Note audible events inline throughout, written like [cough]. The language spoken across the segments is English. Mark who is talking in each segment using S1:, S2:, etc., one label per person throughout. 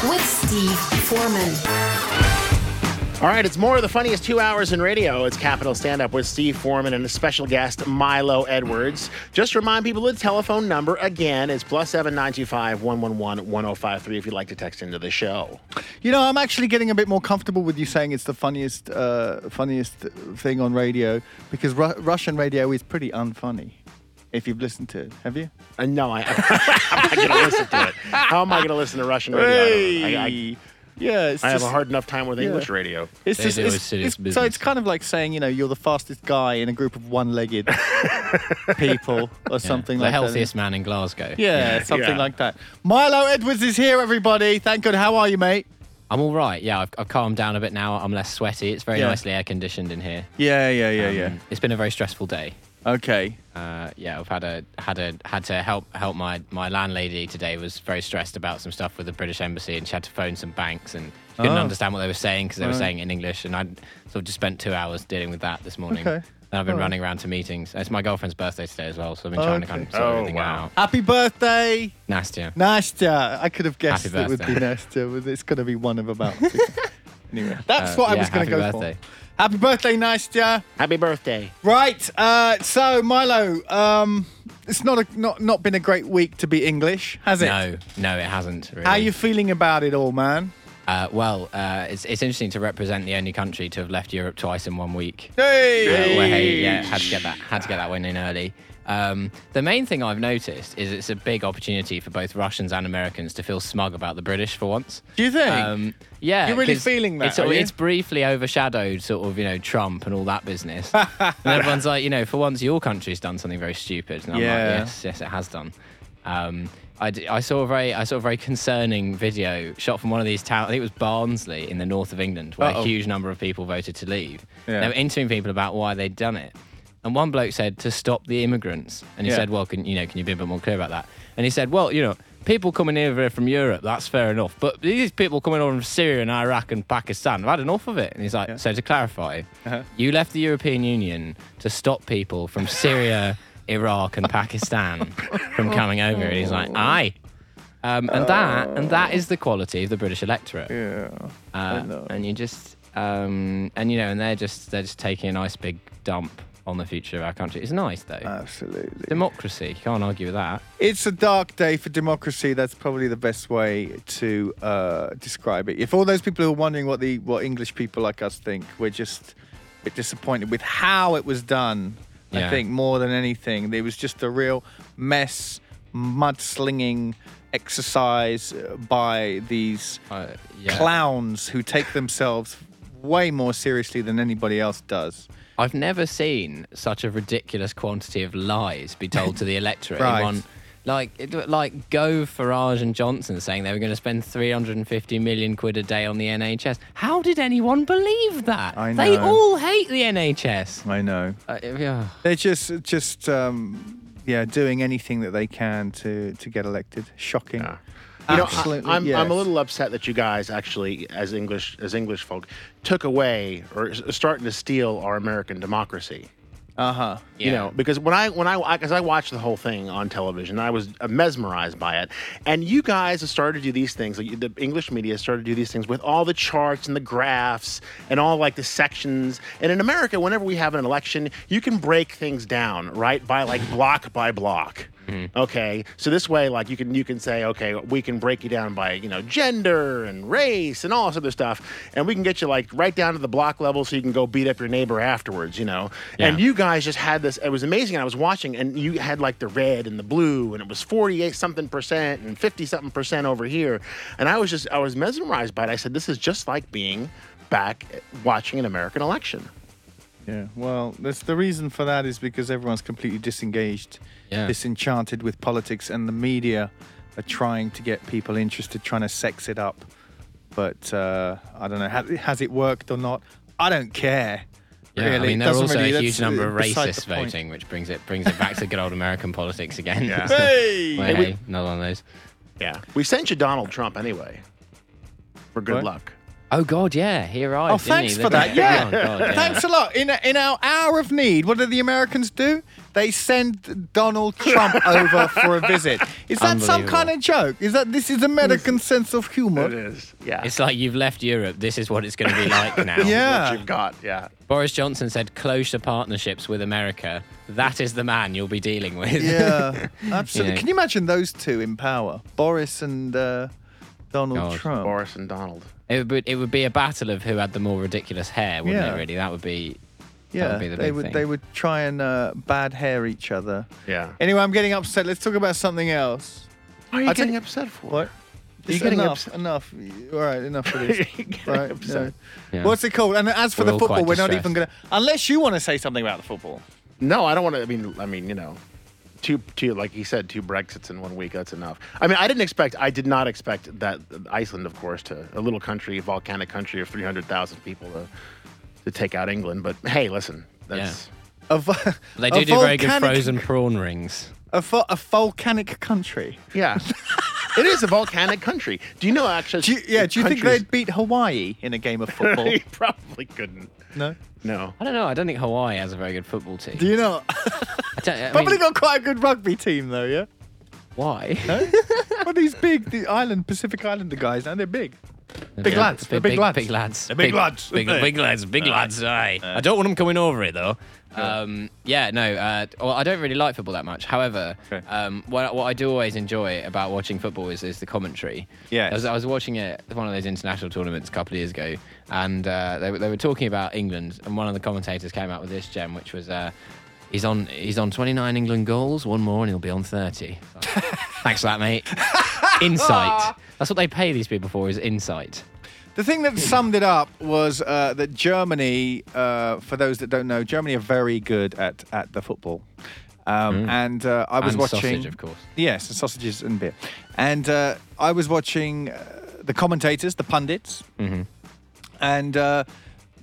S1: Steve Foreman.
S2: All right, it's more of the funniest two hours in radio. It's Capital Stand Up with Steve Foreman and a special guest, Milo Edwards. Just remind people the telephone number again is plus seven nine two five one one one one zero five three if you'd like to text into the show.
S3: You know, I'm actually getting a bit more comfortable with you saying it's the funniest, uh, funniest thing on radio because Ru- Russian radio is pretty unfunny. If you've listened to it, have you?
S2: Uh, no, I, [laughs] I'm not going to listen to it. How am I going to listen to Russian radio? I, don't know. I, I,
S3: yeah, it's
S2: I have
S3: just,
S2: a hard enough time with English radio.
S3: It's
S4: They
S3: just
S4: do a
S3: it's,
S4: serious
S3: it's- so. It's
S4: business.
S3: kind of like saying you know you're the fastest guy in a group
S2: [laughs]
S3: of one-legged people or something
S4: the
S3: like
S4: healthiest
S3: that.
S4: man in Glasgow.
S3: Yeah, something
S2: Yeah.
S3: like that. Milo Edwards is here, everybody. Thank God. How are you, mate?
S4: I'm all right. Yeah, I've, I've calmed down a bit now. I'm less sweaty. It's very
S3: Yeah.
S4: nicely air conditioned in here.
S3: Yeah, yeah, yeah,
S4: Um, It's been a very stressful day.
S3: yeah. Okay.
S4: Uh, yeah, I've had a had a had to help help my my landlady today was very stressed about some stuff with the British embassy and she had to phone some banks and she didn't
S3: Oh.
S4: understand what they were saying because they were
S3: Right.
S4: saying it in English and I sort of just spent two hours dealing with that this morning.
S3: Okay.
S4: And I've been
S3: All right.
S4: running around to meetings. It's my girlfriend's birthday today as well, so I've been trying to kind of
S3: Okay.
S4: sort
S2: Oh,
S4: everything
S2: wow.
S4: out.
S3: Happy birthday.
S4: Nasty. yeah.
S3: Nastya. I could have guessed
S4: Happy
S3: it would be
S4: birthday.
S3: Nastya. but It's going to be one of
S4: [laughs]
S3: about. two. anyway, that's
S4: Uh,
S3: what I
S4: yeah,
S3: was going to go
S4: happy birthday.
S3: for. Happy birthday, Nastya.
S2: Happy birthday.
S3: Right. Uh, so Milo, um, it's not a, not not been a great week to be English, has it?
S4: No, no, it hasn't. Really.
S3: How you feeling about it all, man?
S4: Uh, well, uh, it's, it's interesting to represent the only country to have left Europe twice in one week. Uh,
S3: Hey.
S4: where, hey, yeah, had to get that had to get that win in early. Um, the main thing I've noticed is it's a big opportunity for both Russians and Americans to feel smug about the British for once. Um,
S3: Do you think?
S4: yeah,
S3: You're really
S4: 'cause
S3: feeling that,
S4: It's, sort of-
S3: are you?
S4: it's briefly overshadowed, sort of, you know, Trump and all that
S3: [laughs]
S4: business. and everyone's like, you know, for once your country's done something very stupid. And I'm
S3: Yeah.
S4: like, yes, yes, it has done. Um, I, d- I saw a very I saw a very concerning video shot from one of these towns. I think it was Barnsley in the north of England, where
S3: Uh-oh.
S4: a huge number of people voted to leave.
S3: Yeah.
S4: They were interviewing people about why they'd done it, and one bloke said to stop the immigrants, and he
S3: Yeah.
S4: said, well, can you know, can you be a bit more clear about that? And he said, well, you know, people coming over from Europe, that's fair enough, but these people coming over from Syria and Iraq and Pakistan, I've had enough of it. And he's like, so to clarify, you left the European Union to stop people from Syria, [laughs] Iraq, and Pakistan from coming over. And he's like, aye. Um, and that and that is the quality of the British electorate.
S3: Yeah.
S4: Uh,
S3: know.
S4: and you just um, and you know, and they're just they're just taking a nice big dump on the future of our country. It's nice though.
S3: Uh, Absolutely.
S4: Democracy, you can't argue with that.
S3: It's a dark day for democracy. That's probably the best way to uh, describe it. If all those people who are wondering what the what English people like us think, we're just a bit disappointed with how it was done. I
S4: Yeah.
S3: think more than anything, it was just a real mess, mudslinging exercise uh, by these
S4: Uh, yeah.
S3: clowns who take themselves way more seriously than anybody else does.
S4: I've never seen such a ridiculous quantity of lies be told
S3: [laughs]
S4: to the electorate. in
S3: Right.
S4: one- like, it- like go Farage and Johnson saying they were going to spend 350 million quid a day on the NHS. How did anyone believe that?
S3: I
S4: They
S3: know. Mm.
S4: all hate the NHS.
S3: I know.
S4: Uh, yeah.
S3: They're just just um, yeah, doing anything that they can to to get elected. Shocking.
S2: You know,
S3: Absolutely,
S2: I, am I'm
S3: yes.
S2: a little upset that you guys actually, as English as English folk, took away or s- starting to steal our American democracy.
S3: Uh huh.
S2: You know, because when I when I because I watched the whole thing on television, I was uh, mesmerized by it. And you guys have started to do these things. Like you- the English media started to do these things with all the charts and the graphs and all like the sections. And in America, whenever we have an election, you can break things down right by like block by block. Okay, so this way, like you can you can say, okay, we can break you down by you know gender and race and all this other stuff, and we can get you like right down to the block level, so you can go beat up your neighbor afterwards, you know. And
S4: Yeah.
S2: you guys just had this. It was amazing. I was watching, and you had like the red and the blue, and it was forty eight something percent and fifty something percent over here, and I was just I was mesmerized by it. I said, this is just like being back watching an American election.
S3: Yeah. Well, that's the reason for that is because everyone's completely disengaged,
S4: Yeah.
S3: disenchanted with politics, and the media are trying to get people interested, trying to sex it up. But uh, I don't know. Has, has it worked or not? I don't care.
S4: Yeah,
S3: really.
S4: I mean
S3: It
S4: there are
S3: doesn't
S4: also
S3: really-
S4: a
S3: that's,
S4: huge number of
S3: uh, beside the
S4: racists
S3: point.
S4: voting, which brings it brings it back to good old American politics again. [laughs]
S2: Yeah.
S3: Hey!
S4: Well, hey, another one of those.
S2: Yeah, we sent you Donald Trump anyway. For good
S3: What?
S2: luck.
S4: Oh God, yeah, he arrived.
S3: Oh,
S4: didn't
S3: thanks
S4: he?
S3: for that, yeah.
S4: Oh, God, yeah.
S3: Thanks a lot. In in our hour of need, what do the Americans do? They send Donald
S4: [laughs]
S3: Trump over for a visit. Is that some
S4: Unbelievable.
S3: kind of joke? Is that this is American
S4: [laughs]
S3: sense of
S2: It
S3: humor?
S2: is. Yeah.
S4: It's like you've left Europe. This is what it's going to
S3: [laughs]
S4: be like now.
S3: Yeah.
S2: What you've got. Yeah.
S4: Boris Johnson said closer partnerships with America. That is the man you'll be dealing with.
S3: Yeah, absolutely.
S4: Yeah.
S3: Can you imagine those two in power, Boris and uh, Donald
S4: God.
S3: Trump?
S2: Boris and Donald.
S4: [laughs] It would be, it would be a battle of who had the more ridiculous hair, wouldn't
S3: Yeah.
S4: it? Really, that would be.
S3: yeah,
S4: would be the
S3: they
S4: big
S3: would
S4: thing.
S3: they would try and uh, bad hair each other.
S2: Yeah.
S3: Anyway, I'm getting upset. Let's talk about something else.
S2: Why are you
S3: I
S2: getting
S3: think-
S2: upset for?
S3: What?
S2: You're
S3: Just
S2: getting
S3: enough,
S2: upset.
S3: enough. All right, enough
S2: [laughs]
S3: of this.
S2: You're getting
S3: right,
S2: upset.
S3: no.
S4: Yeah.
S3: What's it called? And as for
S4: We're
S3: the
S4: all
S3: football,
S4: quite
S3: we're not
S4: distressed.
S3: even gonna. Unless you want to say something about the football.
S2: No, I don't want to. I mean, I mean, you know, two, two, like he said, two Brexits in one week. That's enough. I mean, I didn't expect. I did not expect that Iceland, of course, to a little country, volcanic country of three hundred thousand people to to take out England. But hey, listen, that's
S3: A vo-
S4: [laughs] They do
S3: a
S4: do very good
S3: volcanic-
S4: frozen prawn rings.
S3: A, vo- a volcanic country.
S2: yeah.
S3: [laughs]
S2: it is a volcanic country. Do you know actually?
S3: Do you, yeah, do you think
S2: countries-
S3: they'd beat Hawaii in a game of football?
S2: [laughs] They probably couldn't.
S3: no.
S2: No.
S4: I don't know. I don't think Hawaii has a very good football team.
S3: Do you not?
S4: I don't- I
S3: [laughs]
S4: mean,
S3: Probably got quite a good rugby team though,
S2: [laughs]
S3: yeah.
S4: why?
S3: Well, these big, the island Pacific Islander guys, now they're big. Big lads. They're big lads.
S4: Big lads.
S3: They're big lads.
S4: Big,
S3: Aye.
S4: big lads. Big lads. Aye. I don't want them coming over it though. Um, yeah, no. Uh, well, I don't really like football that much. However,
S3: Okay.
S4: um, what, what I do always enjoy about watching football is, is the commentary.
S3: Yes.
S4: I was, I was watching it one of those international tournaments a couple of years ago, and uh, they, were- they were talking about England, and one of the commentators came out with this gem, which was. Uh, He's on. He's on 29 England goals. One more, and he'll be
S3: [laughs]
S4: on 30. Thanks for that, mate. Insight. That's what they pay these people for. Is insight.
S3: The thing that summed it up was uh, that Germany, uh, for those that don't know, Germany are very good at, at the football. Um, And uh, I was
S4: Mm. And
S3: watching.
S4: sausage, of course.
S3: Yes, and sausages and beer. And uh, I was watching uh, the commentators, the pundits,
S4: Mm-hmm.
S3: and uh,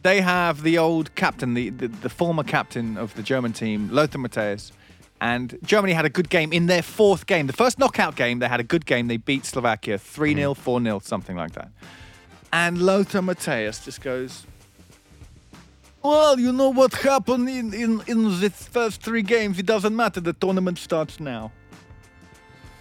S3: they have the old captain, the, the, the former captain of the German team, Lothar Matthäus. And Germany had a good game in their fourth game. The first knockout game, they had a good game. They beat Slovakia 3 0,
S4: Mm-hmm.
S3: 4 0, something like that. And Lothar Matthäus just goes, Well, you know what happened in, in, in the first three games? It doesn't matter. The tournament starts now.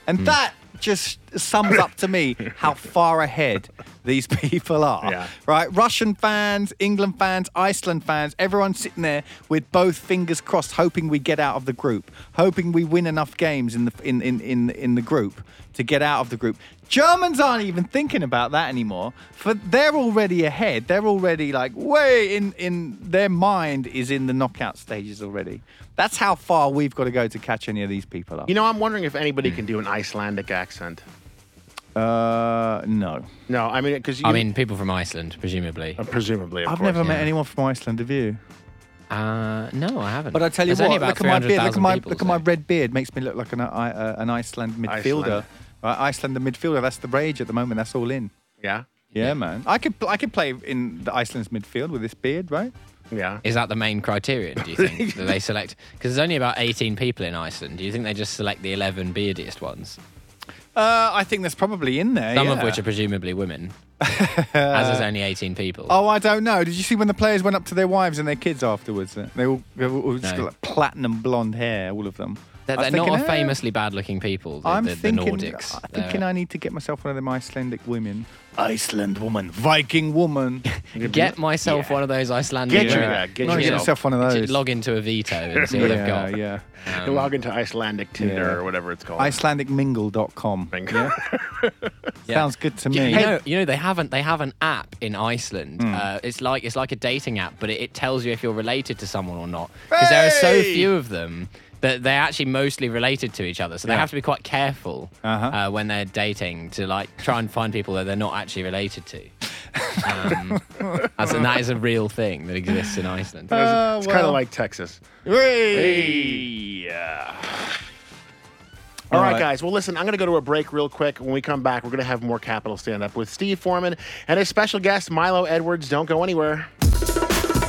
S3: And that just sums up to me how far ahead these [laughs] people are.
S2: Yeah.
S3: Right? Russian fans, England fans, Iceland fans, everyone sitting there with both fingers crossed, hoping we get out of the group, hoping we win enough games in the in, in, in, in the group to get out of the group. Germans aren't even thinking about that anymore. For they're already ahead. They're already like way in in their mind is in the knockout stages already. That's how far we've got to go to catch any of these people up.
S2: You know, I'm wondering if anybody
S3: Hmm.
S2: can do an Icelandic accent.
S3: Uh, no.
S2: No, I mean, because
S4: I mean, people from Iceland, presumably.
S2: Uh, presumably, of
S3: I've
S2: course.
S3: never met
S4: yeah.
S3: anyone from Iceland, have you?
S4: Uh, no, I haven't.
S3: But I tell you
S4: There's only
S3: what,
S4: about
S3: look at my beard, look at
S4: 300,000
S3: my
S4: people,
S3: look at my
S4: so-
S3: red beard. Makes me look like an I- uh, an Iceland midfielder.
S2: Iceland.
S3: Right, Iceland the midfielder. That's the rage at the moment. That's all in.
S2: Yeah,
S3: Yeah, man. I could I could play in the Iceland's midfield with this beard, right?
S2: yeah.
S4: Is that the main criterion? Do
S3: [laughs]
S4: you think that they select? Because there's only about 18 people in Iceland. Do you think they just select the 11 beardiest ones?
S3: Uh, I think that's probably in there.
S4: Some
S3: yeah.
S4: of which are presumably
S3: [laughs]
S4: women, as there's only 18 people.
S3: Oh, I don't know. Did you see when the players went up to their wives and their kids afterwards? Uh, They all, they all just
S4: No.
S3: got like platinum blonde hair, all of them.
S4: they're
S3: I
S4: they're
S3: was
S4: not
S3: thinking,
S4: a
S3: eh,
S4: famously bad-looking people. The,
S3: I'm
S4: the, the
S3: thinking,
S4: Nordics.
S3: I'm
S4: They're-
S3: thinking I need to get myself one of them Icelandic women. Iceland woman, Viking [laughs] woman.
S4: get myself one of those Icelandic.
S2: Get you-
S4: women.
S2: yeah, get
S3: Not
S2: yourself-
S3: get myself one of those.
S4: Log into a veto and see what they've
S3: yeah,
S4: got.
S3: yeah.
S2: You log into Icelandic Tinder
S3: Yeah.
S2: or whatever it's called.
S3: Icelandicmingle.com.
S2: Thing.
S4: [laughs] Yeah.
S3: Sounds good to me.
S4: You know, you know they haven't. They have an app in Iceland. Uh, it's like it's like a dating app, but it, it tells you if you're related to someone or not. Because there are so
S3: Hey!
S4: few of them that they're actually mostly related to each other. So they
S3: Yeah.
S4: have to be quite careful
S3: Uh-huh.
S4: uh, when they're dating to like try and find people that they're not actually related to. Um, as, and that is a real thing that exists in Iceland.
S2: Oh,
S3: Uh,
S2: it's
S3: well.
S2: kind of like Texas. All
S3: All
S2: right,
S3: right.
S2: guys. Well, listen, I'm going to go to a break real quick. When we come back, we're going to have more Capital Stand Up with Steve Foreman and his special guest, Milo Edwards. Don't go anywhere.